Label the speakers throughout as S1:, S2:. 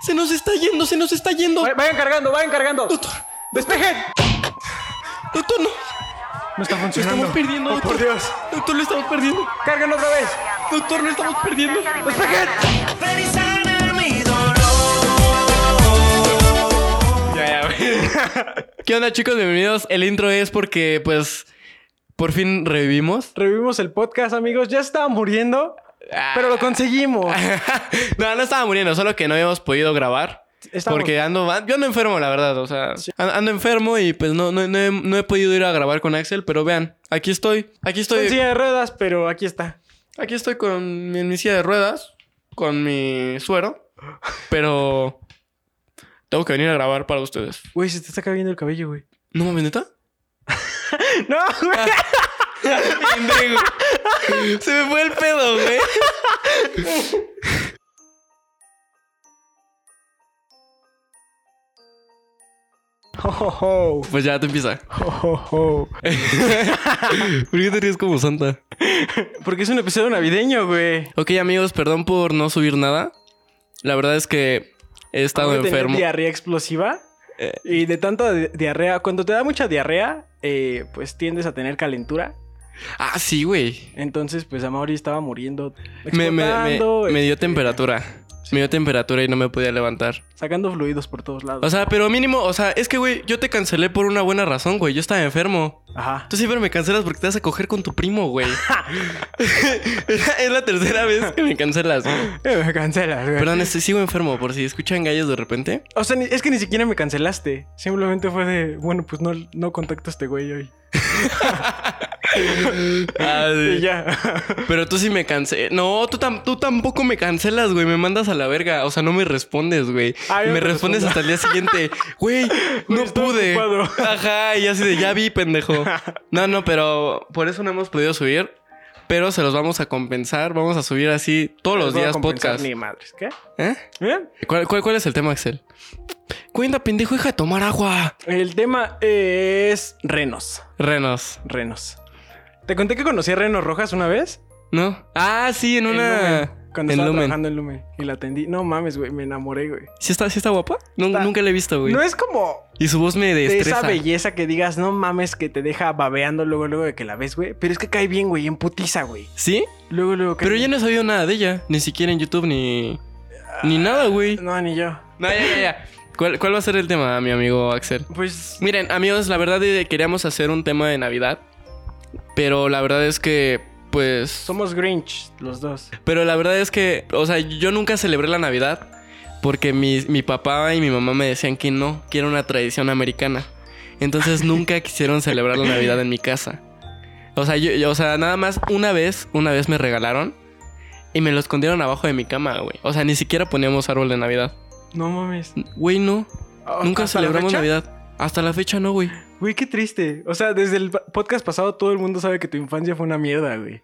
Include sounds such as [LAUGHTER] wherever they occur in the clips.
S1: Se nos está yendo, se nos está yendo.
S2: Vay- Vayan cargando, vayan cargando.
S1: Doctor,
S2: ¡Despejen!
S1: doctor, no.
S3: No está
S1: Lo
S3: funcionando.
S1: estamos perdiendo,
S3: Oh,
S1: doctor.
S3: por Dios.
S1: Doctor, lo estamos perdiendo.
S2: ¡Carguen otra vez!
S1: Doctor, lo estamos perdiendo.
S2: ¡Despejen!
S4: Ven y sana mi dolor.
S1: ¿Qué onda, chicos? Bienvenidos. El intro es porque, pues, por fin revivimos.
S3: Revivimos el podcast, amigos. Ya estaba muriendo, pero lo conseguimos.
S1: no, no estaba muriendo, solo que no habíamos podido grabar.
S3: Estamos-
S1: Porque ando, yo ando enfermo, la verdad, o sea, an- ando enfermo y pues no, no, no he, no he podido ir a grabar con Axel, pero vean, aquí estoy, aquí
S3: Estoy en
S1: estoy,
S3: silla de ruedas, pero aquí está.
S1: aquí estoy con mi, en mi silla de ruedas, con mi suero, pero tengo que venir a grabar para ustedes.
S3: Güey, se te está cayendo el cabello, güey.
S1: ¿No mames, [LAUGHS] neta?
S3: No, [LAUGHS] güey.
S1: Pendejo. Se me fue el pedo, güey.
S3: Ho, ho,
S1: Pues ya te [LAUGHS] empieza.
S3: ho, ho, ho.
S1: ¿Por qué te ríes como santa?
S3: Porque es un episodio navideño, güey.
S1: Ok, amigos, perdón por no subir nada. La verdad es que he estado
S3: Ahora tenía
S1: enfermo.
S3: diarrea explosiva.
S1: Eh.
S3: Y de tanta di- diarrea, cuando te da mucha diarrea, eh, pues tiendes a tener calentura.
S1: Ah, sí, güey.
S3: Entonces, pues Amaury estaba muriendo.
S1: Me, me- me-
S3: explotando,
S1: me dio
S3: este,
S1: temperatura. Me dio temperatura y no me podía levantar.
S3: eh, Sacando fluidos por todos lados.
S1: O sea, pero mínimo, o sea, es que, güey, yo te cancelé por una buena razón, güey. Yo estaba enfermo.
S3: Ajá.
S1: Tú siempre me cancelas porque te vas a coger con tu primo, [LAUGHS] güey. es, la, es la tercera vez que me cancelas. güey.
S3: [LAUGHS] Eh, me cancelas, güey.
S1: Perdón, este, sigo enfermo por si escuchan gallos de repente.
S3: O sea, ni- es que ni siquiera me cancelaste. Simplemente fue de, bueno, pues no, no contacto a este güey hoy.
S1: Ah, sí.
S3: Y ya.
S1: Pero tú sí me cancelas. No, tú, tam- tú tampoco me cancelas, güey. Me mandas a la verga. O sea, no me respondes, güey.
S3: Ah, yo no
S1: me
S3: te
S1: respondes
S3: respondo.
S1: hasta el día siguiente.
S3: [LAUGHS]
S1: Güey, no
S3: estaba
S1: pude.
S3: ocupado.
S1: Ajá, y así de ya vi,
S3: [LAUGHS]
S1: pendejo. No, no, pero por eso no hemos podido subir. Pero se los vamos a compensar. Vamos a subir así [LAUGHS] todos los
S3: Voy a
S1: días
S3: compensar
S1: podcast.
S3: Ni madres, ¿qué?
S1: ¿Eh?
S3: ¿Eh?
S1: ¿Cuál, cuál, cuál es el tema, Axel? Cuenta, pendejo, hija, de tomar agua.
S3: El tema es renos.
S1: Renos,
S3: Renos. ¿Te conté que conocí a renos rojas una vez?
S1: ¿no? Ah, sí, en
S3: En
S1: una.
S3: Lumen, cuando
S1: en
S3: estaba
S1: Lumen.
S3: trabajando en Lumen. Y la atendí. No mames, güey. Me enamoré, güey.
S1: ¿Sí está, sí está guapa? Nun-
S3: Está-
S1: Nunca la he visto, güey.
S3: No es como
S1: Y su voz me
S3: de
S1: destreza.
S3: esa belleza que digas, no mames, que te deja babeando luego, luego de que la ves, güey. Pero es que cae bien, güey. En putiza, güey.
S1: ¿Sí?
S3: Luego, luego cae
S1: Pero ya
S3: bien.
S1: no he sabido nada de ella. Ni siquiera en YouTube, ni. Ni nada, güey.
S3: No, ni yo.
S1: No, ya, ya, ya. ¿Cuál, cuál va a ser el tema, mi amigo Axel?
S3: Pues
S1: Miren, amigos, la verdad es que queríamos hacer un tema de Navidad. Pero la verdad es que, pues.
S3: somos Grinch los dos.
S1: Pero la verdad es que, o sea, yo nunca celebré la Navidad porque mi, mi papá y mi mamá me decían que no, que era una tradición americana. Entonces nunca quisieron celebrar la Navidad en mi casa. O sea, yo, yo- o sea, nada más una vez, una vez me regalaron y me lo escondieron abajo de mi cama, güey. O sea, ni siquiera poníamos árbol de Navidad.
S3: No mames. Oh,
S1: Güey, no. Nunca
S3: ¿Hasta la
S1: celebramos
S3: fecha?
S1: Navidad. Hasta la fecha no, güey.
S3: Güey, qué triste. O sea, desde el pa- podcast pasado todo el mundo sabe que tu infancia fue una mierda, güey.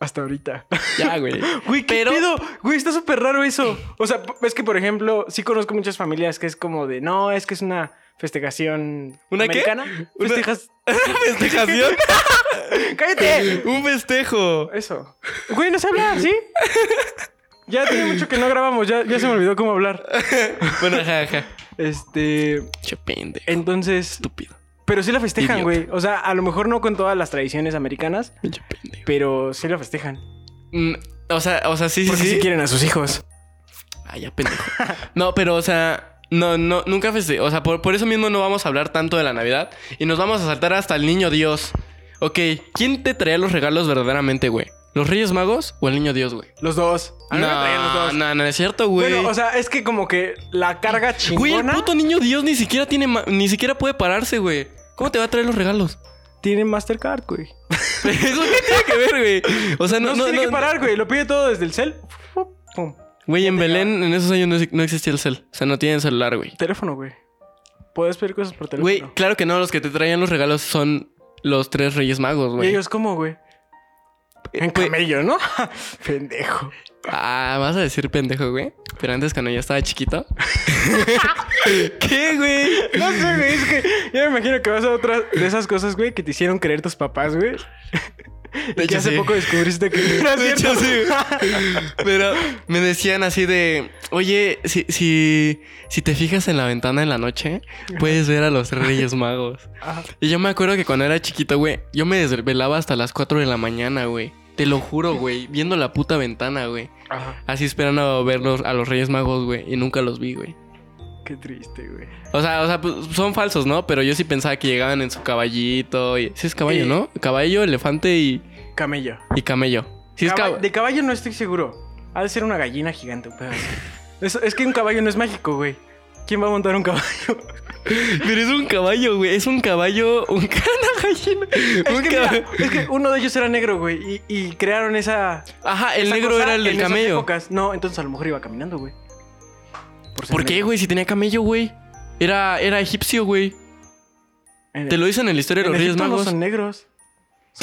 S3: Hasta ahorita. [LAUGHS]
S1: Ya, güey.
S3: Güey, qué
S1: Pero-
S3: pedo. Güey, está súper raro eso. O sea, p- es que, por ejemplo, sí conozco muchas familias que es como de, no, es que es una festejación
S1: ¿Una qué?
S3: americana.
S1: Una- [LAUGHS]
S3: Festejas.
S1: ¿Festejación?
S3: ¡Cállate!
S1: Un festejo.
S3: Eso. Güey, no se habla, ¿sí? Ya tiene mucho que no grabamos, ya, ya se me olvidó cómo hablar.
S1: Bueno, ajá, ajá.
S3: Este.
S1: Che, pendejo.
S3: Entonces.
S1: Estúpido.
S3: Pero sí la festejan,
S1: Idiota.
S3: güey. O sea, a lo mejor no con todas las tradiciones americanas,
S1: Che, pendejo.
S3: pero sí la festejan.
S1: Mm, o sea, o sea, sí, sí,
S3: Porque sí,
S1: sí.
S3: quieren a sus hijos.
S1: Ah, ya pendejo. No, pero, o sea, no, no, nunca feste. O sea, por, por eso mismo no vamos a hablar tanto de la Navidad y nos vamos a saltar hasta el niño Dios. Ok, ¿quién te traía los regalos verdaderamente, güey? ¿Los Reyes Magos o el niño Dios, güey?
S3: Los dos. A mí me traían los
S1: No,
S3: dos.
S1: no, no es cierto, güey.
S3: Bueno, o sea, es que como que la carga
S1: güey, el
S3: chingona
S1: puto niño Dios ni siquiera tiene, ma- ni siquiera puede pararse, güey. ¿Cómo te va a traer los regalos? [LAUGHS]
S3: tiene Mastercard, güey.
S1: ¿Eso qué tiene que ver, güey? O sea,
S3: No,
S1: no,
S3: se
S1: no,
S3: tiene que
S1: no.
S3: parar, güey. Lo pide todo desde el cel. Pum.
S1: Güey, en Belén en esos años no, no existía el cel. O sea, no tienen celular, güey.
S3: Teléfono, güey. Puedes pedir cosas por
S1: Güey,
S3: teléfono.
S1: claro que no, los que te traían los regalos son los tres Reyes Magos,
S3: ¿Y
S1: güey.
S3: ellos cómo, güey? En
S1: Eh, güey. [LAUGHS]
S3: camello, ¿no? Pendejo.
S1: Ah, vas a decir pendejo, güey. Pero antes cuando yo estaba
S3: [LAUGHS]
S1: chiquito. ¿Qué, güey?
S3: No sé, güey. Es que yo me imagino que vas a otra de esas cosas, güey, que te hicieron creer tus papás, güey. [LAUGHS]
S1: De
S3: que
S1: hecho,
S3: hace
S1: sí.
S3: poco descubriste que
S1: [LAUGHS]
S3: no era
S1: De hecho,
S3: cierto. [LAUGHS]
S1: sí. Pero me decían así de, oye, si, si, si te fijas en la ventana en la noche, puedes ver a los tres Reyes Magos.
S3: Ajá.
S1: Y yo me acuerdo que cuando era chiquito, güey, yo me desvelaba hasta las 4 de la mañana, güey. Te lo juro, güey, viendo la puta ventana, güey.
S3: Ajá.
S1: Así esperando a ver los- a los Reyes Magos, güey. Y nunca los vi, güey.
S3: Qué triste, güey.
S1: O sea, o sea, pues, son falsos, ¿no? Pero yo sí pensaba que llegaban en su caballito. Y... Sí es caballo,
S3: Eh.
S1: ¿no? Caballo, elefante y,
S3: Camello.
S1: y camello. Sí es
S3: Caba-
S1: caballo.
S3: De caballo no estoy seguro. Ha de ser una gallina gigante, un pedo así. Es, es que un caballo no es mágico, güey. ¿Quién va a montar un caballo?
S1: Pero es un caballo, güey. Es un caballo, un [LAUGHS] una gallina.
S3: Es
S1: un
S3: que,
S1: cab-
S3: mira, es que uno de ellos era negro, güey. Y, y crearon esa.
S1: Ajá, el
S3: esa
S1: negro
S3: cosa
S1: era el del
S3: en esas
S1: camello.
S3: épocas. No, entonces a lo mejor iba caminando, güey. ser
S1: ¿Por qué,
S3: negro.
S1: güey? Si tenía camello, güey. Era, era egipcio, güey.
S3: Eh, En-
S1: Te lo dicen en la historia de
S3: en
S1: los Reyes
S3: Egipto
S1: Magos.
S3: No son negros. Son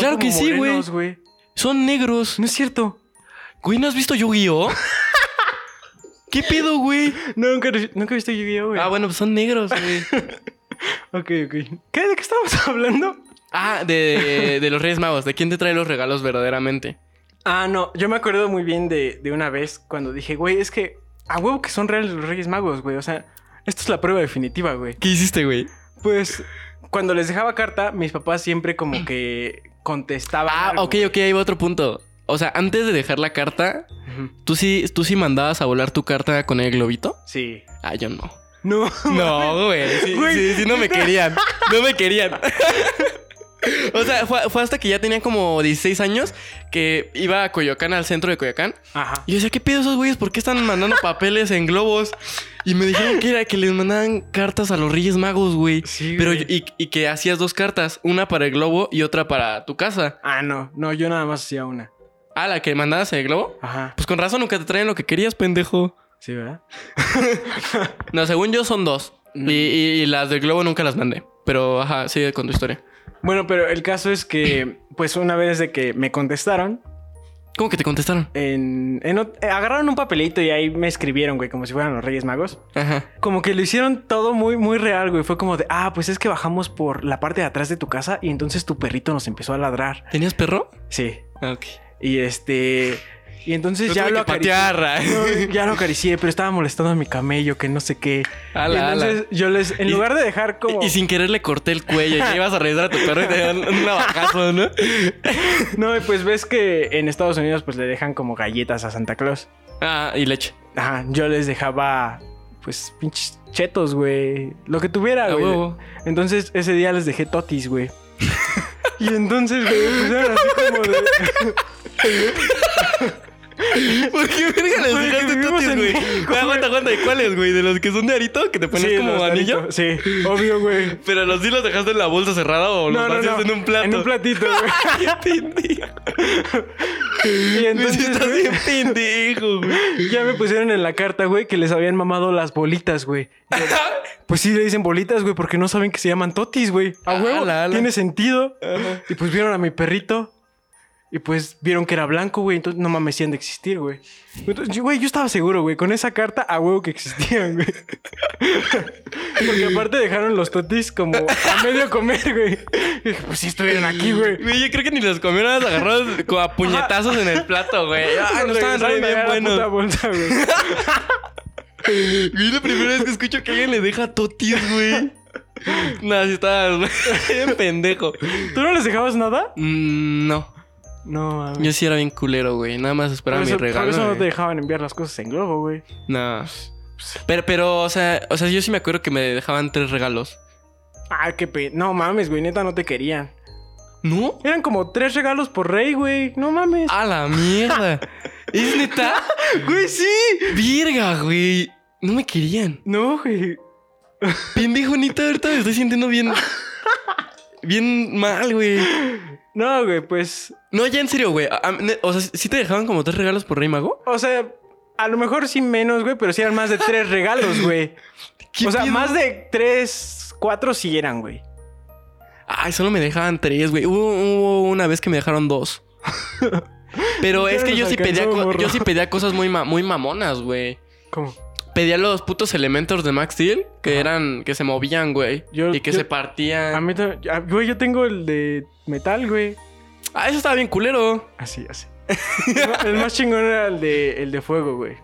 S1: Claro que
S3: como
S1: sí, güey.
S3: morenos, güey.
S1: Son negros.
S3: No es cierto.
S1: Güey, ¿no has visto
S3: [LAUGHS]
S1: Yu-Gi-Oh? ¿Qué pedo, güey?
S3: No, nunca, nunca he visto Yu-Gi-Oh, güey.
S1: Ah, bueno, pues son negros, güey.
S3: Ok, ok. ¿Qué? ¿De qué estábamos [LAUGHS] hablando?
S1: Ah, de, de los Reyes Magos. ¿De quién te trae los regalos verdaderamente?
S3: Ah, no, yo me acuerdo muy bien de, de una vez cuando dije, güey, es que a huevo que son reales los Reyes Magos, güey. O sea, esto es la prueba definitiva, güey.
S1: ¿Qué hiciste, güey?
S3: Pues cuando les dejaba carta, mis papás siempre como que contestaban.
S1: Ah,
S3: algo,
S1: ok,
S3: güey.
S1: ok, ahí va otro punto. O sea, antes de dejar la carta,
S3: Ujú.
S1: ¿tú sí, tú sí mandabas a volar tu carta con el globito?
S3: Sí.
S1: Ah, yo no.
S3: No.
S1: [LAUGHS] No, güey. Sí,
S3: Güey,
S1: sí, sí, no me
S3: neta.
S1: querían. No me querían. [LAUGHS] O sea, fue, fue hasta que ya tenía como 16 años que iba a Coyoacán, al centro de Coyoacán.
S3: Ajá.
S1: Y yo decía, ¿qué pedo esos güeyes? ¿Por qué están mandando papeles en globos? Y me dijeron que era que les mandaban cartas a los Reyes Magos, güey.
S3: Sí,
S1: Pero
S3: güey.
S1: yo- y, y que hacías dos cartas, una para el globo y otra para tu casa.
S3: Ah, no, no, yo nada más hacía una.
S1: Ah, la que mandabas en el globo.
S3: Ajá.
S1: Pues con razón nunca te traen lo que querías, pendejo.
S3: Sí, ¿verdad?
S1: No, según yo son dos. Y, y- y las del globo nunca las mandé. Pero, ajá, sigue con tu historia.
S3: Bueno, pero el caso es que, pues una vez de que me contestaron,
S1: ¿Cómo que te contestaron?
S3: en, en ot- eh, agarraron un papelito y ahí me escribieron, güey, como si fueran los Reyes Magos.
S1: Ajá.
S3: Como que lo hicieron todo muy, muy real, güey. Fue como de, ah, pues es que bajamos por la parte de atrás de tu casa y entonces tu perrito nos empezó a ladrar.
S1: ¿Tenías perro?
S3: Sí.
S1: Ah, Ok.
S3: Y este. Y entonces
S1: Yo
S3: ya
S1: tuve
S3: lo
S1: que
S3: acaricié.
S1: patear, ra.
S3: [LAUGHS] No, ya lo acaricié, pero estaba molestando a mi camello, que no sé qué.
S1: Ala,
S3: y entonces yo les, en
S1: Y-
S3: lugar de dejar como.
S1: Y, y sin querer le corté el cuello. Ya ibas a revisar a tu perro y te dieron un navajazo, ¿no?
S3: No, pues ves que en Estados Unidos, pues le dejan como galletas a Santa Claus.
S1: Ah, y leche.
S3: Ajá, yo les dejaba, pues, pinches chetos, güey. Lo que tuviera,
S1: A
S3: güey.
S1: huevo.
S3: Entonces, ese día les dejé totis, güey. [LAUGHS] y entonces, güey, empezaron así como de...
S1: ¿Por qué verga les
S3: Porque
S1: dejaste
S3: vivimos
S1: totis,
S3: en
S1: güey?
S3: México,
S1: Güey, Aguanta,
S3: güey.
S1: aguanta. ¿Y cuáles, güey? ¿De los que son de arito? ¿Que te pones como
S3: los
S1: anillo?
S3: aritos, Sí, obvio, güey.
S1: ¿Pero los sí los dejaste en la bolsa cerrada o los vaciaste en un plato?
S3: En un platito, güey.
S1: [LAUGHS] Pendejo.
S3: Y
S1: Entonces,
S3: entonces,
S1: estás
S3: güey,
S1: bien pendejo, güey.
S3: ya me pusieron en la carta, güey, que les habían mamado las bolitas,
S1: [LAUGHS]
S3: güey. Y yo, Pues sí, le dicen bolitas, güey, porque no saben que se llaman totis, güey. A huevo,
S1: Ala, ala.
S3: tiene sentido. Y pues vieron a mi perrito. Y pues vieron que era blanco, güey. Entonces no mames, sí han de existir, güey. Entonces, yo- Güey, yo estaba seguro, güey. Con esa carta, a huevo que existían, güey. [LAUGHS] Porque aparte dejaron los totis como a medio comer, güey. Y dije, pues sí estuvieron aquí, güey.
S1: Güey, yo creo que ni los comieron, los agarraron co- a puñetazos en el plato,
S3: [LAUGHS]
S1: güey. Ay, no estaban re
S3: Regresaron a
S1: bien
S3: la puta
S1: buenos.
S3: bolsa, güey.
S1: Güey, la primera vez que escucho que alguien le deja totis,
S3: [LAUGHS]
S1: güey. No, si estabas bien pendejo.
S3: ¿Tú no les dejabas nada?
S1: Mm, No,
S3: No, mames.
S1: yo sí era bien culero, güey. Nada más
S3: Por
S1: esperaba mi
S3: eso, por
S1: regalo.
S3: eso no
S1: güey.
S3: te dejaban enviar las cosas en globo, güey.
S1: No. Pero, pero, o sea, o sea, yo sí me acuerdo que me dejaban tres regalos.
S3: Ah, qué pe... No mames, güey. Neta, no te querían.
S1: ¿No?
S3: Eran como tres regalos por rey, güey. No mames.
S1: A la
S3: [LAUGHS]
S1: mierda. ¿Es neta?
S3: güey, sí.
S1: Virga, güey. No me querían.
S3: No, güey.
S1: Pendejo, neta, ahorita me estoy sintiendo bien. Bien mal, güey.
S3: No, güey, pues.
S1: No, ya en serio, güey. A- a- ne- O sea, ¿sí te dejaban como tres regalos por Rey Mago?
S3: O sea, a lo mejor sí menos, güey, pero sí eran más de tres regalos, güey.
S1: [LAUGHS] ¿Qué
S3: O sea,
S1: pedo?
S3: más de tres, cuatro sí eran, güey.
S1: Ay, solo me dejaban tres, güey. Hubo, hubo una vez que me dejaron dos. Pero es que
S3: nos
S1: yo sí, pedía
S3: alcanzó,
S1: co-
S3: morro.
S1: yo sí pedía cosas muy, ma- muy mamonas, güey.
S3: ¿Cómo?
S1: Pedía los putos elementos de Max Steel que eran, que se movían, güey.
S3: Yo-
S1: y que
S3: yo-
S1: se partían.
S3: A mí también. Güey, yo tengo el de metal, güey.
S1: Ah, eso estaba bien culero.
S3: Así, así. El ma- el más chingón era el de, el de fuego, güey.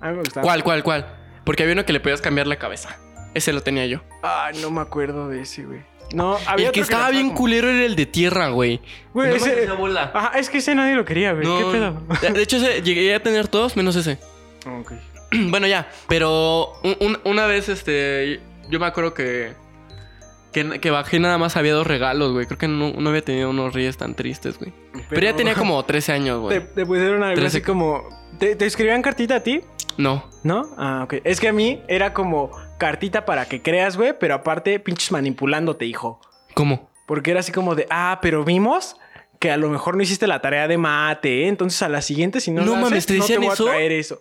S3: A mí me gustaba.
S1: ¿Cuál, cuál, cuál? Porque había uno que le podías cambiar la cabeza. Ese lo tenía yo.
S3: Ay, no me acuerdo de ese, güey. No, había
S1: el
S3: otro
S1: que estaba
S3: lanzaba
S1: bien
S3: como-
S1: culero era el de tierra, güey.
S3: Güey,
S1: No me
S3: ese...
S1: hacía bola.
S3: Ajá, es que ese nadie lo quería, güey.
S1: No,
S3: ¿Qué pedo?
S1: de- De hecho, ese- llegué a tener todos menos ese. [CLEARS THROAT]
S3: Ok.
S1: bueno, ya. Pero un- un- una vez, este. Yo me acuerdo que. Que, que bajé y nada más había dos regalos, güey. Creo que no, no había tenido unos ríos tan tristes, güey. Pero, ya tenía como 13 años,
S3: [LAUGHS] Te,
S1: güey.
S3: te pusieron algo
S1: Trece-
S3: así como... ¿Te, ¿Te escribían cartita a ti?
S1: No.
S3: ¿No? Ah, ok. Es que a mí era como cartita para que creas, güey, pero aparte pinches manipulándote, hijo.
S1: ¿Cómo?
S3: Porque era así como de, ah, pero vimos que a lo mejor no hiciste la tarea de mate, ¿eh? entonces a la siguiente, si no,
S1: No
S3: la
S1: mames,
S3: haces,
S1: ¿te
S3: no te
S1: decían
S3: voy
S1: eso?
S3: a traer eso.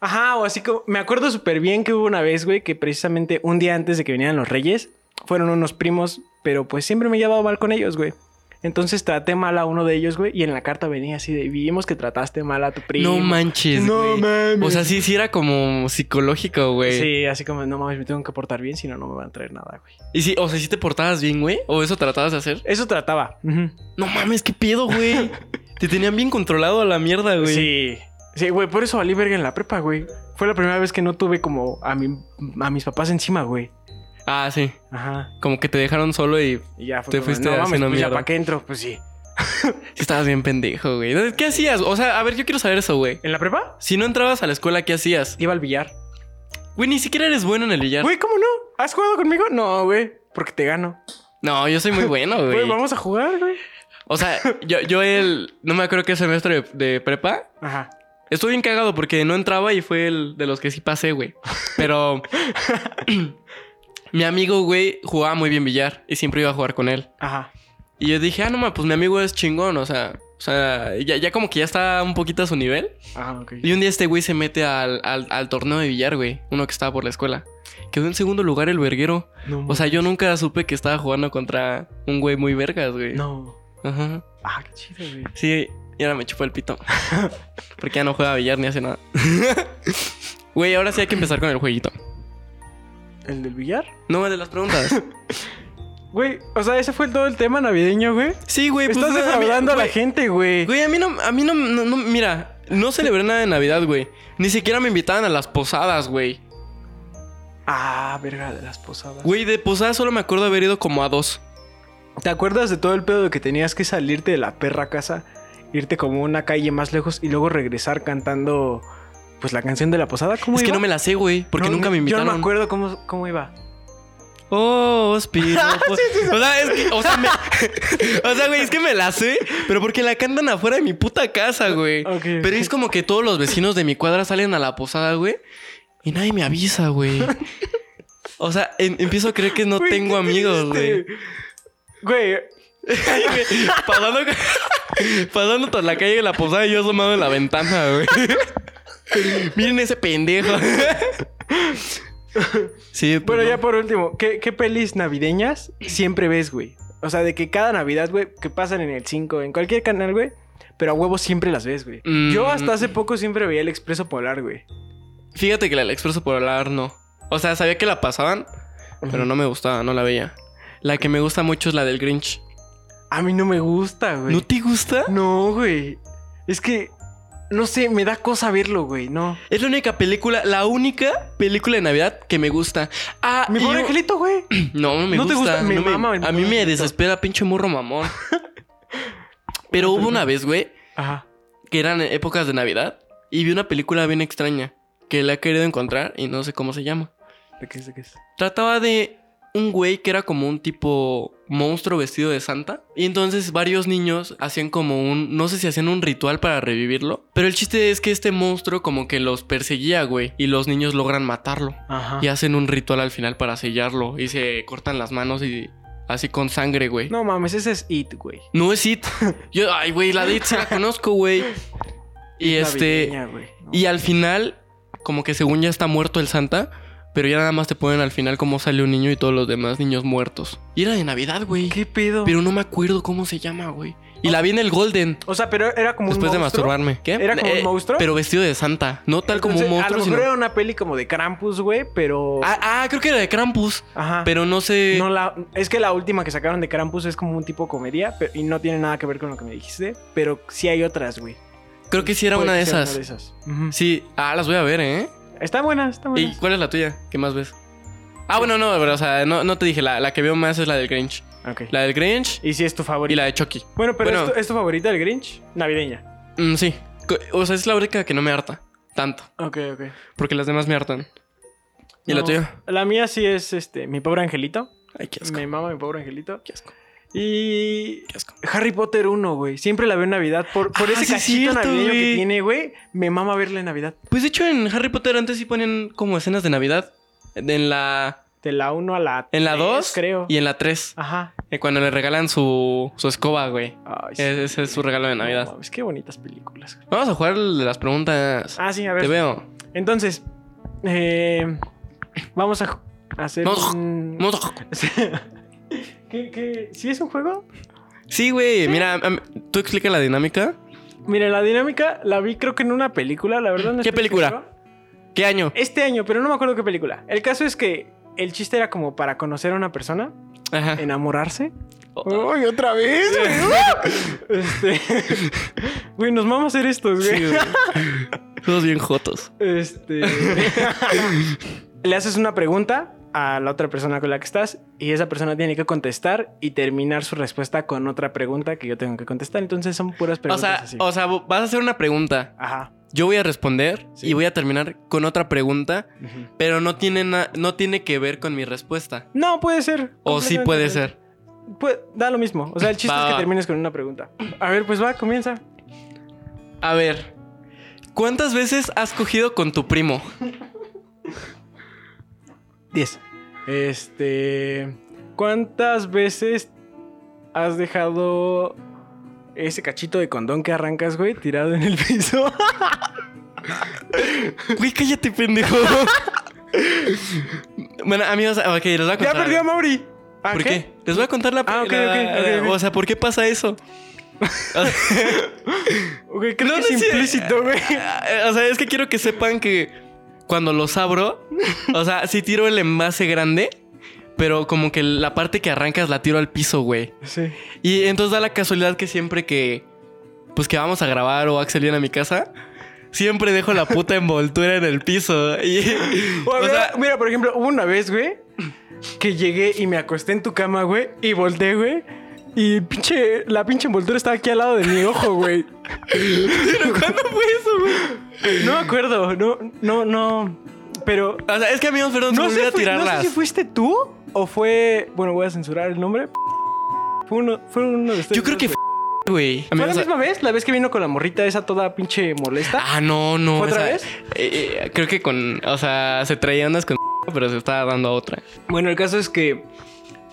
S3: Ajá, o así como, me acuerdo súper bien que hubo una vez, güey, que precisamente un día antes de que vinieran los reyes, fueron unos primos, pero pues siempre me he llevado mal con ellos, güey. Entonces traté mal a uno de ellos, güey, y en la carta venía así de, vimos que trataste mal a tu primo.
S1: No manches,
S3: No
S1: güey.
S3: mames.
S1: O sea, sí, sí era como psicológico, güey.
S3: Sí, así como, no mames, me tengo que portar bien, si no, no me van a traer nada, güey.
S1: Y sí, o sea, sí te portabas bien, güey. O eso tratabas de hacer.
S3: Eso trataba. Ujú.
S1: No mames, qué pedo,
S3: [LAUGHS]
S1: güey. te tenían bien controlado a la mierda, güey.
S3: Sí. Sí, güey, por eso valí verga en la prepa, güey. Fue la primera vez que no tuve como a, mi, a mis papás encima, güey.
S1: Ah, sí.
S3: Ajá.
S1: Como que te dejaron solo y
S3: Y ya fue
S1: Te
S3: como,
S1: fuiste
S3: no mames,
S1: haciendo
S3: pues ya
S1: mierda".
S3: para qué entro, pues sí.
S1: sí estabas bien pendejo, güey. Entonces, ¿Qué hacías? O sea, a ver, yo quiero saber eso, güey.
S3: ¿En la prepa?
S1: Si no entrabas a la escuela, ¿qué hacías?
S3: Iba al billar.
S1: Güey, ni siquiera eres bueno en el billar.
S3: Güey, ¿cómo no? ¿Has jugado conmigo? No, güey, porque te gano.
S1: No, yo soy muy bueno,
S3: Güey,
S1: güey.
S3: vamos a jugar, güey.
S1: O sea, yo, yo el... No me acuerdo qué semestre de, de prepa.
S3: Ajá.
S1: Estuve bien cagado porque no entraba y fue el de los que sí pasé, güey.
S3: [LAUGHS]
S1: Pero... [CLEARS THROAT] mi amigo, güey, jugaba muy bien billar y siempre iba a jugar con él.
S3: Ajá.
S1: Y yo dije, ah, no, ma, pues mi amigo es chingón, o sea, o sea, ya, ya como que ya está un poquito a su nivel.
S3: Ajá, Ah, ok.
S1: Y un día este güey se mete al, al- al torneo de billar, güey, uno que estaba por la escuela. Quedó en segundo lugar el verguero.
S3: No,
S1: O sea, yo nunca supe que estaba jugando contra un güey muy vergas, güey.
S3: no.
S1: Ajá.
S3: Ah, qué chido, güey.
S1: Sí, y ahora me chupó el
S3: [LAUGHS]
S1: pito. Porque ya no juega a billar ni hace nada. [LAUGHS] Güey, ahora sí hay que empezar con el jueguito.
S3: ¿El del billar?
S1: No, el de las
S3: [LAUGHS]
S1: preguntas.
S3: Güey, o sea, ese fue todo el tema navideño, güey.
S1: Sí, güey, pues.
S3: Estás
S1: no, a mí-
S3: defraudando a la
S1: güey,
S3: gente, güey.
S1: Güey, a mí no, a mí no, no- no- mira, no celebré nada de Navidad, güey. Ni siquiera me invitaban a las posadas, güey.
S3: Ah, verga, de las posadas.
S1: Güey, de posadas solo me acuerdo haber ido como a dos.
S3: ¿Te acuerdas de todo el pedo de que tenías que salirte de la perra casa, irte como una calle más lejos y luego regresar cantando pues la canción de la posada? ¿Cómo
S1: Es que
S3: iba?
S1: no me la sé, güey, porque
S3: No,
S1: nunca me invitaron.
S3: Yo no me acuerdo cómo, cómo iba.
S1: Oh, Spiro.
S3: [LAUGHS]
S1: O sea, es que, o sea, me- [LAUGHS] o sea, güey, es que me la sé, pero porque la cantan afuera de mi puta casa, güey.
S3: Ok,
S1: Pero es como que todos los vecinos de mi cuadra salen a la posada, güey, y nadie me avisa,
S3: [LAUGHS]
S1: güey. O sea, em- empiezo a creer que no
S3: Güey,
S1: tengo
S3: qué
S1: amigos, güey.
S3: triste.
S1: [LAUGHS]
S3: Güey,
S1: Ay, güey, pasando, [LAUGHS] pasando por la calle de la posada y yo asomado en la ventana, güey. [LAUGHS] Miren ese pendejo. [LAUGHS] Sí, pues,
S3: bueno,
S1: no.
S3: ya por último, ¿qué, qué pelis navideñas siempre ves, güey? O sea, de que cada Navidad, güey, que pasan en el 5, en cualquier canal, güey, pero a huevo siempre las ves, güey.
S1: Mm.
S3: Yo hasta hace poco siempre veía El Expreso Polar, güey.
S1: Fíjate que la del Expreso por hablar no. O sea, sabía que la pasaban, pero no me gustaba, no la veía. La que me gusta mucho es la del Grinch.
S3: A mí no me gusta, güey.
S1: ¿No te gusta?
S3: No, güey. Es que, no sé, me da cosa verlo, güey. No.
S1: Es la única película, la única película de Navidad que me gusta. Ah,
S3: Mi
S1: y
S3: pobre
S1: un- [CLEARS THROAT]
S3: angelito, güey.
S1: No, no me
S3: ¿No te
S1: gusta.
S3: gusta? Me
S1: no me-
S3: mama el
S1: a mí me
S3: burrito.
S1: desespera pinche morro
S3: [LAUGHS]
S1: mamón. Pero hubo una vez, güey,
S3: Ajá.
S1: que eran épocas de Navidad y vi una película bien extraña que la he querido encontrar y no sé cómo se llama.
S3: ¿De qué es? ¿De qué es?
S1: Trataba de un güey que era como un tipo monstruo vestido de santa y entonces varios niños hacían como un no sé si hacían un ritual para revivirlo, pero el chiste es que este monstruo como que los perseguía, güey, y los niños logran matarlo
S3: Ajá.
S1: y hacen un ritual al final para sellarlo y se cortan las manos y así con sangre, güey. No,
S3: No mames, ese es It, güey.
S1: es It. Yo, ay, güey, la de It se la conozco, güey. Y este
S3: Navideña, güey. No.
S1: y al final como que según ya está muerto el Santa, pero ya nada más te ponen al final cómo sale un niño y todos los demás niños muertos. Y era de Navidad, güey.
S3: ¿Qué pedo?
S1: Pero no me acuerdo cómo se llama, güey. Y la vi en el Golden.
S3: O sea, pero era como
S1: Después de
S3: un monstruo.
S1: masturbarme. ¿Qué?
S3: ¿Era como un
S1: Eh,
S3: monstruo?
S1: Pero vestido de santa. No tal como un
S3: Entonces,
S1: monstruo,
S3: A lo mejor
S1: sino-
S3: era una peli como de Krampus, güey, pero.
S1: Ah, ah, creo que era de Krampus.
S3: Ajá.
S1: Pero eh, no sé.
S3: Ah. No, la, es que la última que sacaron de Krampus es como un tipo comedia pero- y no tiene nada que ver con lo que me dijiste, pero sí hay otras, güey.
S1: creo que sí era
S3: Puede
S1: una de
S3: que sea
S1: esas.
S3: Ujú.
S1: Sí. Ah, las voy a ver, ¿eh?
S3: Está buena, está buena.
S1: ¿Y cuál es la tuya? ¿Qué más ves? Ah, bueno, no, pero, o sea, no, no te dije. La, la que veo más es la del Grinch.
S3: Ok.
S1: La del Grinch
S3: Y si es tu
S1: y
S3: favorita.
S1: la de Chucky.
S3: Bueno, pero
S1: bueno.
S3: ¿es, tu, es tu favorita del Grinch? Navideña.
S1: Mm, sí. Co- O sea, es la única que no me harta tanto.
S3: Ok, ok.
S1: Porque las demás me hartan. ¿Y la
S3: No,
S1: tuya?
S3: La mía sí es este, mi pobre angelito.
S1: Ay, qué asco.
S3: Mi mamá, mi pobre angelito.
S1: Qué asco.
S3: Y
S1: Qué asco.
S3: Harry Potter 1, güey. Siempre la veo en Navidad. Por, por
S1: Ah, sí
S3: ese
S1: es
S3: cachito
S1: cierto,
S3: navideño que
S1: güey.
S3: tiene, güey. Me mama verla en Navidad.
S1: Pues de hecho, en Harry Potter antes sí ponían como escenas de Navidad. En la.
S3: De la 1 a la
S1: En la
S3: tres,
S1: 2
S3: creo. Ah.
S1: y en la 3.
S3: Ajá.
S1: Cuando le regalan su, su escoba, güey. E-,
S3: Ay, sí.
S1: Ese ese es su regalo de
S3: No
S1: Navidad.
S3: mames, qué bonitas películas. güey.
S1: Vamos a jugar el de las preguntas.
S3: Ah, sí, a
S1: Te
S3: ver.
S1: veo.
S3: Entonces, eh, vamos a ju- hacer
S1: No,
S3: un... [LAUGHS]
S1: No-
S3: ¿Qué, qué? ¿Sí es un juego?
S1: Sí, güey. Mira, am- tú explica la dinámica.
S3: Mira, la dinámica la vi creo que en una película, la verdad no
S1: ¿Qué
S3: estoy
S1: película?
S3: seguro.
S1: ¿Qué año?
S3: Este año, pero no me acuerdo qué película. El caso es que el chiste era como para conocer a una persona,
S1: Ajá.
S3: enamorarse.
S1: Oh.
S3: ¡Ay, otra vez, güey! [LAUGHS] este... Güey, nos vamos a hacer estos, güey.
S1: Sí, güey.
S3: [LAUGHS]
S1: Todos bien jotos.
S3: Este. [LAUGHS] Le haces una pregunta a la otra persona con la que estás y esa persona tiene que contestar y terminar su respuesta con otra pregunta que yo tengo que contestar. Entonces son puras
S1: O
S3: preguntas
S1: sea,
S3: así.
S1: o sea, vas a hacer una pregunta.
S3: Ajá.
S1: Yo voy a responder
S3: Sí.
S1: y voy a terminar con otra pregunta, pero no tiene, na- no tiene que ver con mi respuesta.
S3: No, puede ser.
S1: O sí
S3: Completamente
S1: puede
S3: diferente.
S1: ser.
S3: Pu- da lo mismo. O sea, el chiste
S1: Va,
S3: es que
S1: va.
S3: termines con una pregunta. A ver, pues va, comienza.
S1: A ver, ¿cuántas veces has cogido con tu
S3: [LAUGHS]
S1: primo?
S3: 10. Este. ¿Cuántas veces has dejado ese cachito de condón que arrancas, güey, tirado en el piso? [LAUGHS]
S1: Güey, cállate,
S3: [LAUGHS]
S1: pendejo. bueno, amigos, ah, ok, les voy a
S3: ¡Ya
S1: contar.
S3: perdió a Mauri! ¿Ah,
S1: ¿Por qué? Les voy a contar la
S3: Ah, ok,
S1: la-
S3: ok, ok, ok.
S1: O sea, ¿por qué pasa
S3: [LAUGHS]
S1: eso? O sea,
S3: Güey, creo
S1: No,
S3: que
S1: no
S3: es
S1: es-
S3: implícito, güey.
S1: Ah, o sea, es que quiero que sepan que cuando los abro, o sea, sí tiro el envase grande, pero como que la parte que arrancas la tiro al piso, güey.
S3: Sí.
S1: Y entonces da la casualidad que siempre que. Pues que vamos a grabar o Axel viene a mi casa. Siempre dejo la puta envoltura en el piso.
S3: [LAUGHS]
S1: Y,
S3: O,
S1: o
S3: mira, [LAUGHS]
S1: sea,
S3: mira, por ejemplo, hubo una vez, güey, que llegué y me acosté en tu cama, güey, y volteé, güey. Y pinche, la pinche envoltura estaba aquí al lado de mi ojo, güey.
S1: ¿cuándo fue eso, güey?
S3: No me acuerdo, no, no, no. Pero
S1: O sea, es que amigos, perdón, se
S3: no
S1: me
S3: sé,
S1: olvida
S3: fui- no sé
S1: tirarlas.
S3: si fuiste tú o fue. Bueno, voy a censurar el nombre. Fue uno, fue uno de ustedes.
S1: Yo creo que
S3: dos,
S1: fue,
S3: güey.
S1: güey.
S3: ¿Fue la
S1: Amigos,
S3: misma vez? ¿La vez que vino con la morrita esa toda pinche molesta?
S1: Ah, no, no.
S3: ¿Fue otra
S1: esa-
S3: vez?
S1: eh, eh, creo que con. O sea, se traía unas con. Pero se estaba dando a otra.
S3: Bueno, el caso es que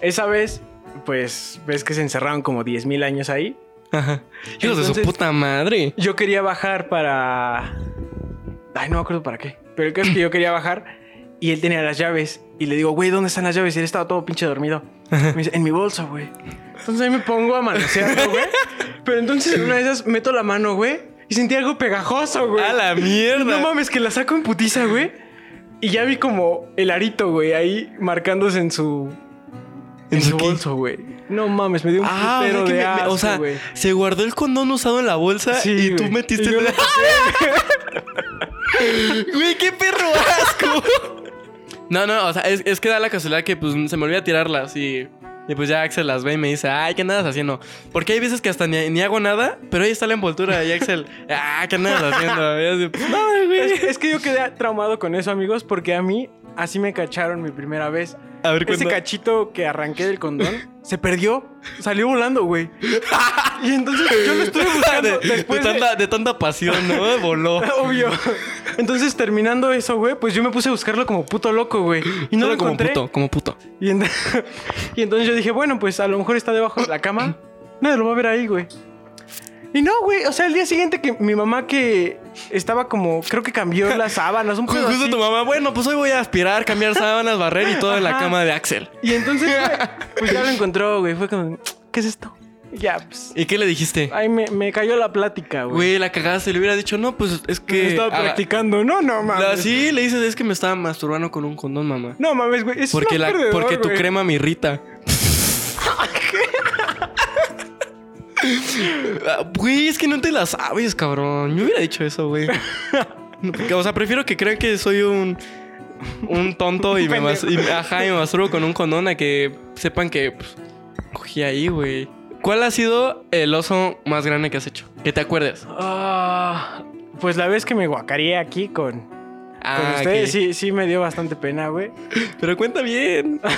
S3: esa vez, pues ves que se encerraron como 10.000 años ahí.
S1: Ajá. Hijos de
S3: Entonces-
S1: su puta madre.
S3: Yo quería bajar para. Ay, no me acuerdo para qué. Pero el caso es que yo quería bajar y él tenía las llaves. Y le digo, güey, ¿dónde están las llaves? Y él estaba todo pinche dormido. Me dice, en mi bolsa, güey. Entonces ahí me pongo a manosearlo, güey. Pero entonces en una de esas meto la mano, güey. Y sentí algo pegajoso, güey.
S1: A la mierda.
S3: No mames, que la saco en putiza, güey. Y ya vi como el arito, güey, ahí marcándose en su. En,
S1: ¿En
S3: su
S1: su qué?
S3: bolso, güey. No mames, me dio un
S1: Ah, o sea,
S3: putero
S1: que
S3: de
S1: me- me-
S3: asco,
S1: o sea,
S3: güey.
S1: se guardó el condón usado en la bolsa
S3: Sí,
S1: y tú
S3: güey.
S1: metiste
S3: Y yo
S1: el.
S3: lo [LAUGHS]
S1: Güey, qué perro asco. no, no, o sea, es, es que da la casualidad que pues se me olvida tirarlas y. Y pues ya Axel las ve y me dice, ay, ¿qué andas haciendo? Porque hay veces que hasta ni, ni hago nada, pero ahí está la envoltura. Y Axel, [LAUGHS] ah, ¿qué andas haciendo? Y yo así, "Pues, no, güey.
S3: Es, es
S1: [LAUGHS]
S3: que yo quedé traumado con eso, amigos, porque a mí así me cacharon mi primera vez.
S1: A ver,
S3: Ese
S1: cuenta. [LAUGHS]
S3: cachito que arranqué del condón se perdió, salió volando, güey. Y entonces yo lo estuve buscando
S1: de, de
S3: después de-
S1: tanta, de tanta pasión, ¿no?
S3: [LAUGHS]
S1: Voló. [LAUGHS]
S3: Obvio. Entonces, terminando eso, güey, pues yo me puse a buscarlo como puto loco, güey. Y no
S1: Solo
S3: lo
S1: como
S3: encontré.
S1: puto, como puto.
S3: Y, ent- [LAUGHS] y entonces yo dije, bueno, pues a lo mejor está debajo de
S1: [CLEARS THROAT]
S3: la cama. Nadie lo va a ver ahí, güey. Y no, güey. O sea, el día siguiente que mi mamá que estaba como, creo que cambió
S1: [LAUGHS]
S3: las sábanas, un
S1: Ju-
S3: poco.
S1: Justo tu mamá, bueno, pues hoy voy a aspirar, cambiar sábanas, barrer y todo en la
S3: Ajá.
S1: cama de Axel.
S3: [LAUGHS] Y entonces, güey, pues ya lo encontró, güey. Fue como, ¿qué es esto? Y Ya, pues.
S1: ¿Y qué le dijiste?
S3: Ay, me, me cayó la plática, güey.
S1: Güey, la cagaste. Le hubiera dicho, no, pues es que.
S3: Estaba
S1: ah,
S3: practicando. No, no mames.
S1: la- sí, le dices, es que me estaba masturbando con un condón, mamá.
S3: No mames, güey. Es
S1: porque la,
S3: más perdedor,
S1: porque tu
S3: güey.
S1: crema me irrita. Ah, Güey, es que no te la sabes, cabrón. Yo hubiera dicho eso, güey. No, porque, O sea, prefiero que crean que soy un, un tonto
S3: [LAUGHS]
S1: y me, mas- y me- ajá, y me masturbo con un condón a que sepan que pues, cogí ahí, güey. ¿Cuál ha sido el oso más grande que has hecho? Que te acuerdes.
S3: Ah, pues la vez que me guacaré aquí con, con
S1: Ah, ok.
S3: ustedes, sí, sí me dio bastante pena, güey.
S1: Pero cuenta bien.
S3: [LAUGHS]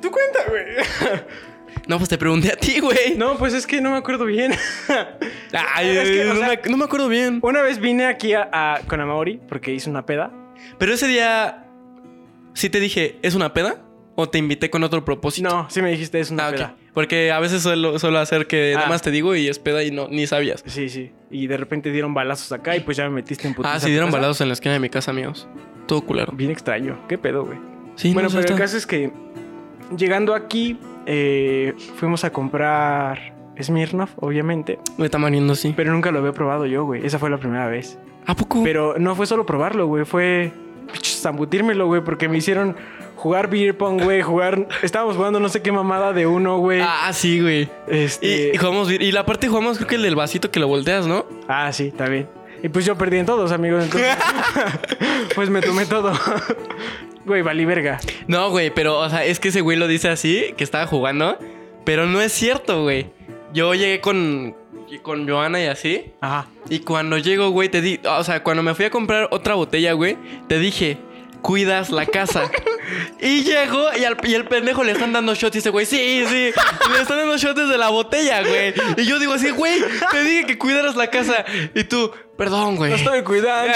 S3: Tú cuenta, güey.
S1: No, pues te pregunté a ti, güey.
S3: No, pues es que no me acuerdo bien. [LAUGHS]
S1: Ay,
S3: Es que, o
S1: no,
S3: sea-
S1: me, ac- no me acuerdo bien.
S3: Una vez vine aquí a, a- con Amaori porque hice una peda.
S1: Pero ese día, ¿sí te dije, es una peda? ¿O te invité con otro propósito?
S3: No, sí me dijiste, es una
S1: Ah, ok.
S3: peda.
S1: Porque a veces suelo, suelo hacer que nada
S3: Ah.
S1: más te digo y es peda y no, ni sabías.
S3: Sí, sí. Y de repente dieron balazos acá y pues ya me metiste en putiza
S1: ah,
S3: a
S1: sí,
S3: tu
S1: dieron
S3: casa.
S1: balados en la esquina de mi casa, amigos. Todo culero.
S3: Bien extraño. ¿Qué pedo, güey?
S1: Sí,
S3: bueno,
S1: no,
S3: pero el
S1: está-
S3: caso es que llegando aquí eh, fuimos a comprar Smirnoff, obviamente.
S1: Me está mariendo así.
S3: Pero nunca lo había probado yo, güey. Esa fue la primera vez.
S1: ¿A poco?
S3: Pero no fue solo probarlo, güey. Fue pinche, zambutírmelo, güey. Porque me hicieron jugar beer pong, güey. Jugar... Estábamos jugando no sé qué mamada de uno, güey.
S1: Ah, sí, güey.
S3: este...
S1: Y, y jugamos bien. Y la parte jugamos, creo que el del vasito que lo volteas, ¿no?
S3: Ah, sí, está bien. Y pues yo perdí en todos,
S1: [LAUGHS]
S3: amigos. Entonces, pues me tomé todo. Güey, valí verga.
S1: No, güey, pero, o sea, es que ese güey lo dice así, que estaba jugando, pero no es cierto, güey. Yo llegué con, con Joana y así,
S3: Ajá.
S1: y cuando llego, güey, te di, o sea, cuando me fui a comprar otra botella, güey, te dije, cuidas la casa. y llego y al y el pendejo le están dando shots y ese güey, sí, sí, le están dando shots desde la botella, güey. Y yo digo así, güey, te dije que cuidaras la casa. Y tú, perdón, güey.
S3: No
S1: [LAUGHS]
S3: estoy cuidando.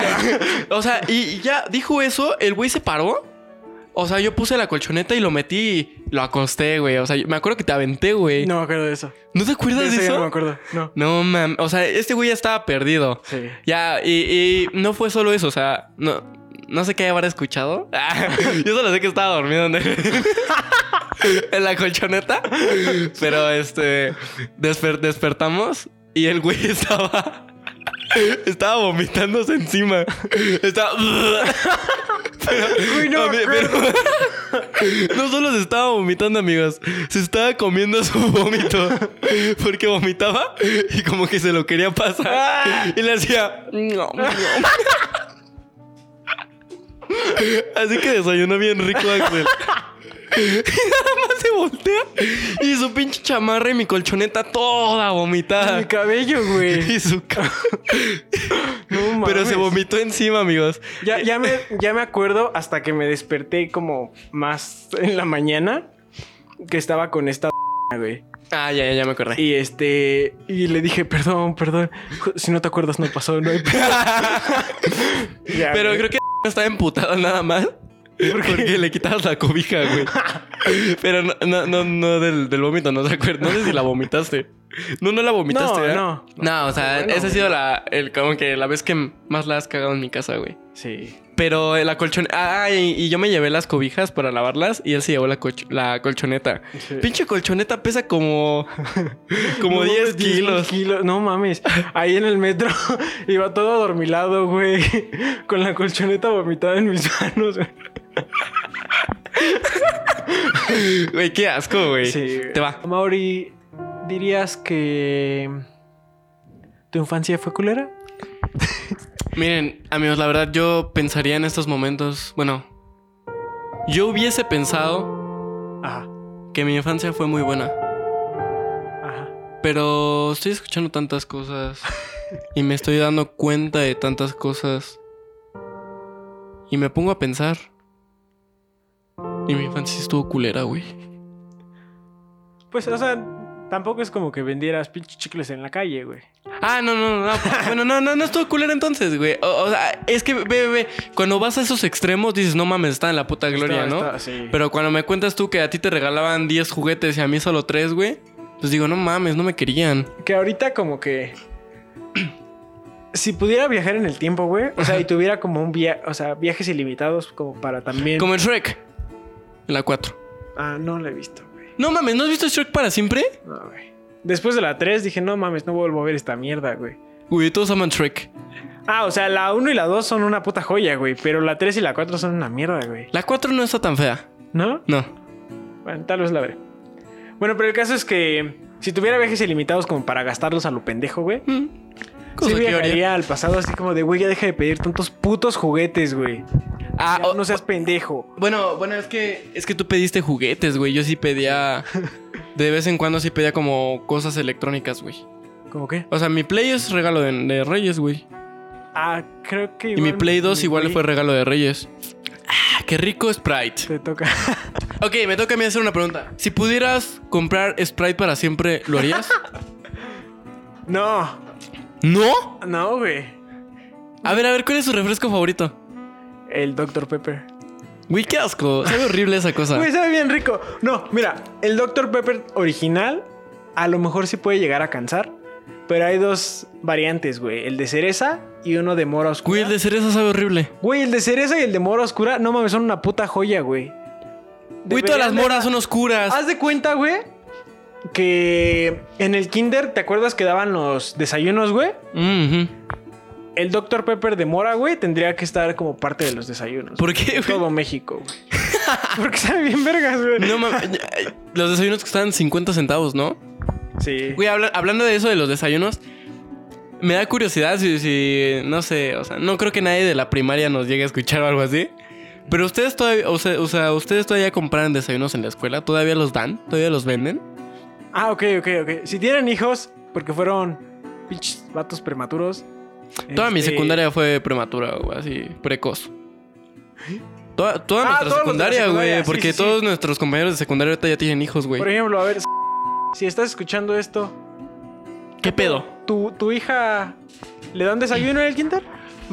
S1: o sea, y y ya dijo eso, el güey se paró. O sea, yo puse la colchoneta y lo metí y lo acosté, güey. O sea, yo- me acuerdo que te aventé, güey.
S3: No me acuerdo de eso.
S1: ¿No te
S3: De
S1: acuerdas
S3: eso
S1: de
S3: ya
S1: eso?
S3: no me acuerdo. No.
S1: No, mam. O sea, este güey ya estaba perdido.
S3: Sí.
S1: Ya, y, y no fue solo eso, o sea, no, no sé qué habrá escuchado. [LAUGHS] yo solo sé que estaba dormido en, el- [LAUGHS] en la colchoneta. Pero este, desper- despertamos y el güey [LAUGHS] estaba. Estaba vomitándose encima. Estaba. [LAUGHS]
S3: Uy, no,
S1: A mí-
S3: me
S1: pero-
S3: [LAUGHS] acuerdo.
S1: Ah, [LAUGHS] no solo se estaba vomitando, amigos. Se estaba comiendo su [LAUGHS] vómito. Porque vomitaba y como que se lo quería pasar. Y le hacía. "Nom, nom". Así que desayunó bien rico, Axel. Y nada más se voltea. Y su pinche chamarra y mi colchoneta toda vomitada.
S3: Mi cabello,
S1: [LAUGHS]
S3: güey.
S1: Y su ca-
S3: No
S1: Pero se
S3: mames.
S1: vomitó encima, amigos.
S3: Ya, ya, me, ya me acuerdo hasta que me desperté como más en la mañana que estaba con esta [LAUGHS] güey.
S1: Ah, ya, ya, ya me acordé.
S3: Y este, y le dije, perdón, perdón. Si no te acuerdas, no pasó, no hay pedo".
S1: [LAUGHS]
S3: Ya,
S1: Pero
S3: güey.
S1: creo que estaba emputada nada más. Porque le quitabas la cobija,
S3: [LAUGHS]
S1: güey. Pero no, no, no, no del, del vómito, no se acuerda. No sé si la vomitaste. No, no la vomitaste,
S3: No,
S1: ¿verdad?
S3: no.
S1: No, o sea,
S3: Bueno,
S1: esa ha
S3: güey.
S1: sido la, el, como que la vez que más la has cagado en mi casa, güey.
S3: Sí.
S1: Pero la colchoneta. Ah, y, y yo me llevé las cobijas para lavarlas y él se llevó la, coch- la colchoneta.
S3: Sí.
S1: Pinche colchoneta pesa
S3: [LAUGHS]
S1: como. como
S3: No
S1: 10
S3: mames,
S1: kilos.
S3: kilos. No mames. Ahí en el metro [LAUGHS] iba todo adormilado, güey. [LAUGHS] Con la colchoneta vomitada en mis [LAUGHS] manos. güey.
S1: Güey, qué asco, güey.
S3: Sí.
S1: Te va.
S3: Mauri, ¿dirías que tu infancia fue culera?
S1: Miren, amigos, la verdad yo pensaría en estos momentos. Bueno, yo hubiese pensado
S3: Ajá.
S1: que mi infancia fue muy buena.
S3: Ajá.
S1: Pero estoy escuchando tantas cosas y me estoy dando cuenta de tantas cosas. Y me pongo a pensar. Y mi infancia sí estuvo culera, güey.
S3: Pues, o sea, tampoco es como que vendieras pinches chicles en la calle, güey.
S1: Ah, no, no, [LAUGHS] no. Bueno, no, no, no estuvo culera entonces, güey. O, o sea, es que, ve, ve, ve, cuando vas a esos extremos dices, no mames, está en la puta gloria,
S3: Está-
S1: ¿no?
S3: está- sí.
S1: Pero cuando me cuentas tú que a ti te regalaban 10 juguetes y a mí solo 3, güey, pues digo, no mames, no me querían.
S3: Que ahorita como que... [CLEARS THROAT] Si pudiera viajar en el tiempo, güey. O sea, y tuviera como un viaje... O sea, viajes ilimitados como para también...
S1: Como en Shrek. En la 4.
S3: Ah, no lo he visto, güey.
S1: No mames, ¿no has visto Shrek para siempre?
S3: No, güey. Después de la 3 dije, no mames, no vuelvo a ver esta mierda, güey.
S1: Güey, todos aman Shrek.
S3: Ah, o sea, la 1 y la 2 son una puta joya, güey. Pero la 3 y la 4 son una mierda, güey.
S1: La 4 no está tan fea.
S3: ¿No?
S1: No.
S3: Bueno, tal vez la veré. Bueno, pero el caso es que si tuviera viajes ilimitados como para gastarlos a lo pendejo, güey.
S1: Mm.
S3: Sí
S1: Cosa que haría.
S3: viajaría al pasado así como de, güey, ya deja de pedir tantos putos juguetes, güey.
S1: Ah,
S3: Ya
S1: o-
S3: no seas pendejo.
S1: Bueno, bueno, es que es que tú pediste juguetes, güey. Yo sí
S3: [LAUGHS]
S1: pedía de vez en cuando sí pedía como cosas electrónicas, güey.
S3: ¿Cómo qué?
S1: O sea, mi Play es regalo de, de Reyes, güey.
S3: Ah, creo que
S1: Y mi Play 2 igual
S3: Play
S1: fue regalo de Reyes. Ah, qué rico Sprite.
S3: Te toca.
S1: Ok, me toca a mí hacer una pregunta. Si pudieras comprar Sprite para siempre, ¿lo harías?
S3: [LAUGHS] No,
S1: ¿No?
S3: [LAUGHS] no, güey.
S1: A ver, a ver, ¿cuál es su refresco favorito?
S3: El Dr. Pepper.
S1: Güey, qué asco. Sabe horrible esa cosa.
S3: Güey, sabe bien rico. No, mira, el Dr. Pepper original a lo mejor sí puede llegar a cansar, pero hay dos variantes, güey. El de cereza y uno de mora oscura.
S1: Güey, el de cereza sabe horrible.
S3: Güey, el de cereza y el de mora oscura, no mames, son una puta joya, güey.
S1: Güey, todas las
S3: Deberían de-
S1: moras son oscuras.
S3: Haz de cuenta, güey, que en el kinder, ¿te acuerdas que daban los desayunos, güey?
S1: Mhm.
S3: El Dr. Pepper de mora, güey, tendría que estar como parte de los desayunos.
S1: ¿Por qué,
S3: En
S1: güey?
S3: Todo México, güey. [LAUGHS] Porque sabe bien vergas, güey.
S1: No mames. [LAUGHS] Los desayunos costaban 50 centavos, ¿no?
S3: Sí.
S1: Güey, habla- hablando de eso de los desayunos, me da curiosidad si, si- no sé, o sea, no creo que nadie de la primaria nos llegue a escuchar o algo así. Pero ustedes todavía, o sea, o sea, ustedes todavía compraron desayunos en la escuela, todavía los dan, todavía los venden.
S3: Ah, ok, ok, ok. Si tienen hijos, porque fueron pinches vatos prematuros.
S1: Toda mi
S3: este,
S1: secundaria fue prematura o así, precoz. Toda, toda
S3: Ah,
S1: nuestra
S3: todos los de la
S1: secundaria,
S3: secundaria,
S1: güey,
S3: sí,
S1: porque
S3: sí, sí.
S1: todos nuestros compañeros de secundaria ahorita ya tienen hijos, güey.
S3: Por ejemplo, a ver, si estás escuchando esto,
S1: ¿Qué pedo?
S3: ¿tu, tu hija le dan desayuno en el kinder?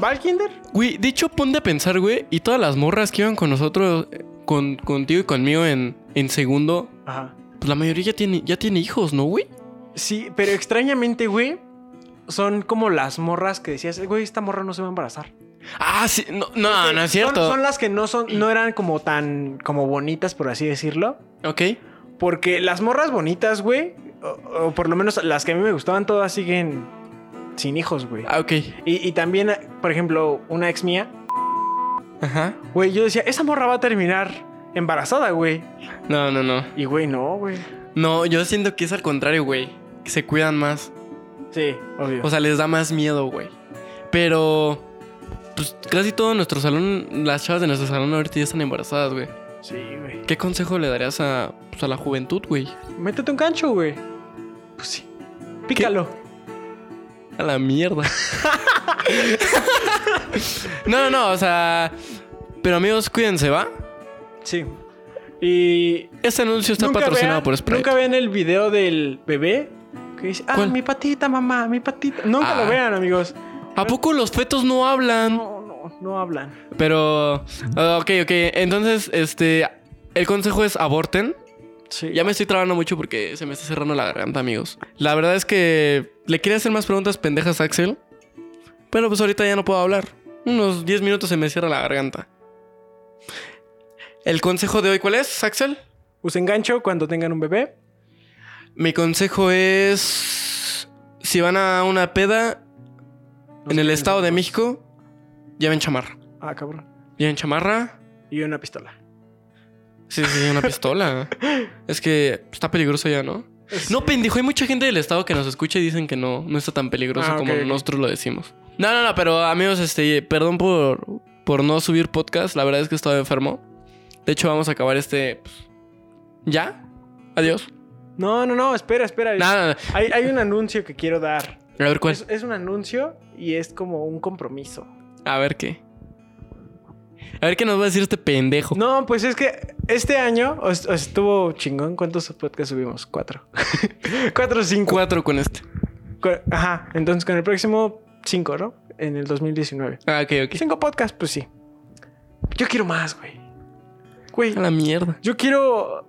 S3: ¿Va al kinder?
S1: Güey, de hecho, ponte a pensar, güey, y todas las morras que iban con nosotros, eh, con, contigo y conmigo en, en segundo,
S3: Ajá.
S1: Pues la mayoría ya tiene, ya tiene hijos, ¿no, güey?
S3: Sí, pero extrañamente, güey, son como las morras que decías, güey, esta morra no se va a embarazar.
S1: Ah, sí. No, no, no es
S3: Son,
S1: cierto.
S3: son las que no son, no eran como tan, como bonitas, por así decirlo.
S1: Ok.
S3: Porque las morras bonitas, güey, o, o por lo menos las que a mí me gustaban, todas siguen sin hijos, güey.
S1: Ah, ok.
S3: Y, y también, por ejemplo, una ex mía,
S1: Ajá.
S3: güey, yo decía, esa morra va a terminar embarazada, güey.
S1: No, no, no.
S3: Y güey, no, güey.
S1: No, yo siento que es al contrario, güey. Que se cuidan más.
S3: Sí, obvio.
S1: O sea, les da más miedo, güey. Pero. Pues casi todo nuestro salón, las chavas de nuestro salón ahorita ya están embarazadas, güey.
S3: sí, güey.
S1: ¿Qué consejo le darías a, pues, a la juventud, güey?
S3: Métete un gancho, güey. Pues sí. Pícalo.
S1: A la mierda. [LAUGHS] no, no, no, o sea. Pero amigos, cuídense, ¿va?
S3: Sí. Y
S1: Este anuncio está patrocinado
S3: vean,
S1: por Sprite.
S3: Nunca vean el video del bebé que dice, ah,
S1: ¿Cuál?
S3: mi patita, mamá, mi patita. Nunca
S1: Ah.
S3: lo vean, amigos.
S1: ¿A poco los fetos no hablan?
S3: No, no, no hablan.
S1: Pero. ah, ok, ok. Entonces, este. El consejo es aborten.
S3: Sí.
S1: Ya me estoy trabando mucho porque se me está cerrando la garganta, amigos. La verdad es que le quería hacer más preguntas pendejas a Axel. Pero pues ahorita ya no puedo hablar. Unos 10 minutos se me cierra la garganta. ¿El consejo de hoy cuál es, Axel?
S3: Usen gancho cuando tengan un bebé.
S1: Mi consejo es. Si van a una peda
S3: No
S1: en
S3: se
S1: el
S3: queden
S1: Estado de
S3: solos.
S1: México, lleven chamarra.
S3: Ah, cabrón.
S1: Lleven chamarra.
S3: Y una pistola.
S1: Sí, sí, [LAUGHS] una pistola. es que está peligroso ya, ¿no? No, pendejo, hay mucha gente del estado que nos escucha y dicen que no, no está tan peligroso
S3: Ah,
S1: como
S3: ok, ok.
S1: nosotros lo decimos. No, no, no, pero amigos, este, perdón por, por no subir podcast. La verdad es que estaba enfermo. De hecho, vamos a acabar este. pues, ¿Ya? Adiós.
S3: No, no, no, espera, espera.
S1: Nada, nada.
S3: Hay, hay un anuncio que quiero dar.
S1: A ver cuál.
S3: Es, es un anuncio y es como un compromiso.
S1: A ver qué. A ver qué nos va a decir este pendejo.
S3: No, pues es que este año os- os estuvo chingón. ¿Cuántos podcasts subimos? Cuatro. [LAUGHS] Cuatro, cinco.
S1: Cuatro con este.
S3: Cu- Ajá, entonces con el próximo cinco, ¿no? En el 2019.
S1: Ah, ok, ok.
S3: Cinco podcasts, pues sí. Yo quiero más, güey. Güey,
S1: A la mierda.
S3: yo quiero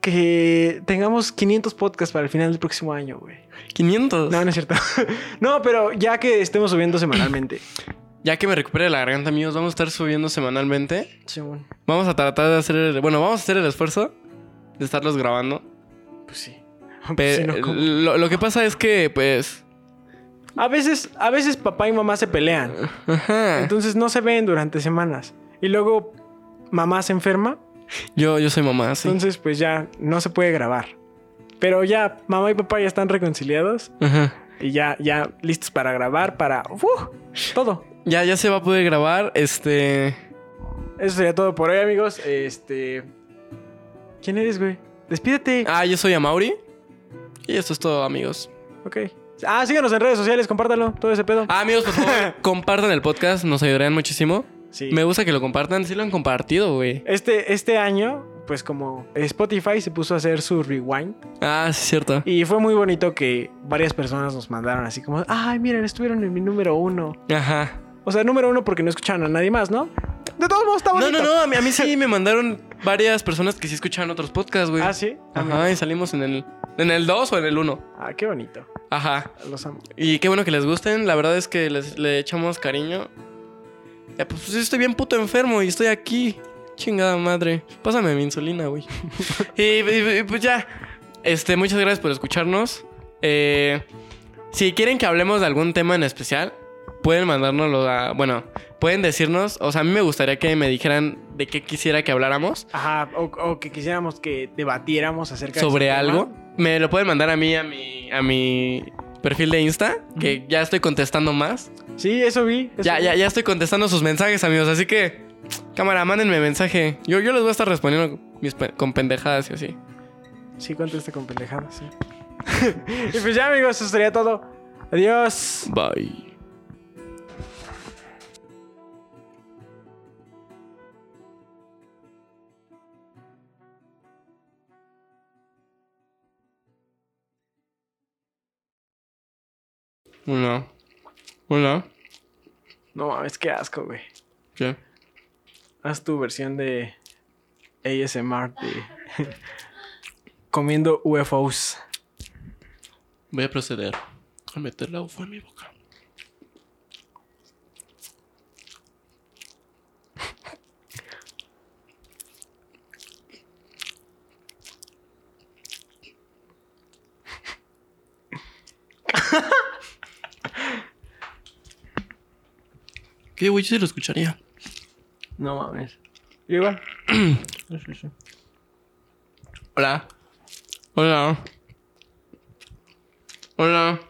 S3: que tengamos 500 podcasts para el final del próximo año, güey.
S1: 500.
S3: No, no es cierto. [LAUGHS] no, pero ya que estemos
S1: [CLEARS THROAT]
S3: subiendo semanalmente.
S1: Ya que me recupere la garganta, amigos, vamos a estar subiendo semanalmente.
S3: Simón.
S1: Vamos a tratar de hacer el, bueno, vamos a hacer el esfuerzo de estarlos grabando.
S3: Pues sí.
S1: Pe-
S3: Si no, ¿cómo?
S1: lo, lo que pasa es que, pues.
S3: A veces, a veces papá y mamá se pelean.
S1: Ajá.
S3: Entonces no se ven durante semanas. Y luego mamá se enferma.
S1: yo, yo soy mamá, sí.
S3: Entonces pues ya no se puede grabar. Pero ya mamá y papá ya están reconciliados.
S1: Ajá.
S3: Y ya, ya listos para grabar, para... ¡Uf! todo.
S1: Ya, ya se va a poder grabar. Este.
S3: Eso sería todo por hoy, amigos. Este... ¿Quién eres, güey? Despídete.
S1: Ah, yo soy Amauri. Y esto es todo, amigos.
S3: Ok. Ah, síganos en redes sociales, compártanlo, todo ese pedo.
S1: Ah, amigos, por
S3: [LAUGHS]
S1: favor, compartan el podcast. Nos ayudarían muchísimo.
S3: sí.
S1: Me gusta que lo compartan. Sí lo han compartido, güey.
S3: Este, este año, pues como Spotify se puso a hacer su rewind
S1: Ah, sí, es cierto.
S3: y fue muy bonito que varias personas nos mandaron así como, ay, miren, estuvieron en mi número uno.
S1: Ajá.
S3: O sea, número uno porque no escucharon a nadie más, ¿no? De todos modos, está
S1: No,
S3: bonito.
S1: no, no. A mí, a mí sí me mandaron varias personas que sí escuchaban otros podcasts, güey.
S3: Ah, sí. Ah, mira.
S1: Ajá, y salimos en el. ¿En el 2 o en el 1?
S3: Ah, qué bonito.
S1: Ajá.
S3: Los amo.
S1: Y qué bueno que les gusten. La verdad es que les, le echamos cariño. Ya, pues sí, estoy bien puto enfermo y estoy aquí. Chingada madre. Pásame mi insulina, güey. y, y- y, pues ya. Este, muchas gracias por escucharnos. Eh, si quieren que hablemos de algún tema en especial, pueden mandárnoslo a. Bueno, pueden decirnos. O sea, a mí me gustaría que me dijeran de qué quisiera que habláramos.
S3: Ajá, o, o que quisiéramos que debatiéramos acerca
S1: sobre
S3: de este tema.
S1: algo, me lo pueden mandar a mí, a mi, a mi perfil de Insta, que ya estoy contestando más.
S3: Sí, eso vi. eso
S1: Ya,
S3: vi.
S1: ya, ya estoy contestando sus mensajes, amigos. Así que, cámara, mándenme mensaje. Yo, yo les voy a estar respondiendo mis pe- con pendejadas y así.
S3: Sí, contesta con pendejadas, sí. [LAUGHS] y pues ya, amigos, eso sería todo. Adiós.
S1: Bye. Hola. Hola.
S3: No mames, qué asco, güey.
S1: ¿Qué?
S3: Haz tu versión de ASMR de [LAUGHS] comiendo UFOs.
S1: Voy a proceder a meter la ufa en mi boca. [LAUGHS] ¿Qué, güey? Yo se lo escucharía.
S3: No mames. Yo igual. [CLEARS THROAT]
S1: Hola. Hola. Hola.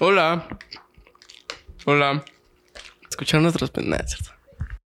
S1: Hola. Hola. Escuchar nuestras pendejas, ¿cierto?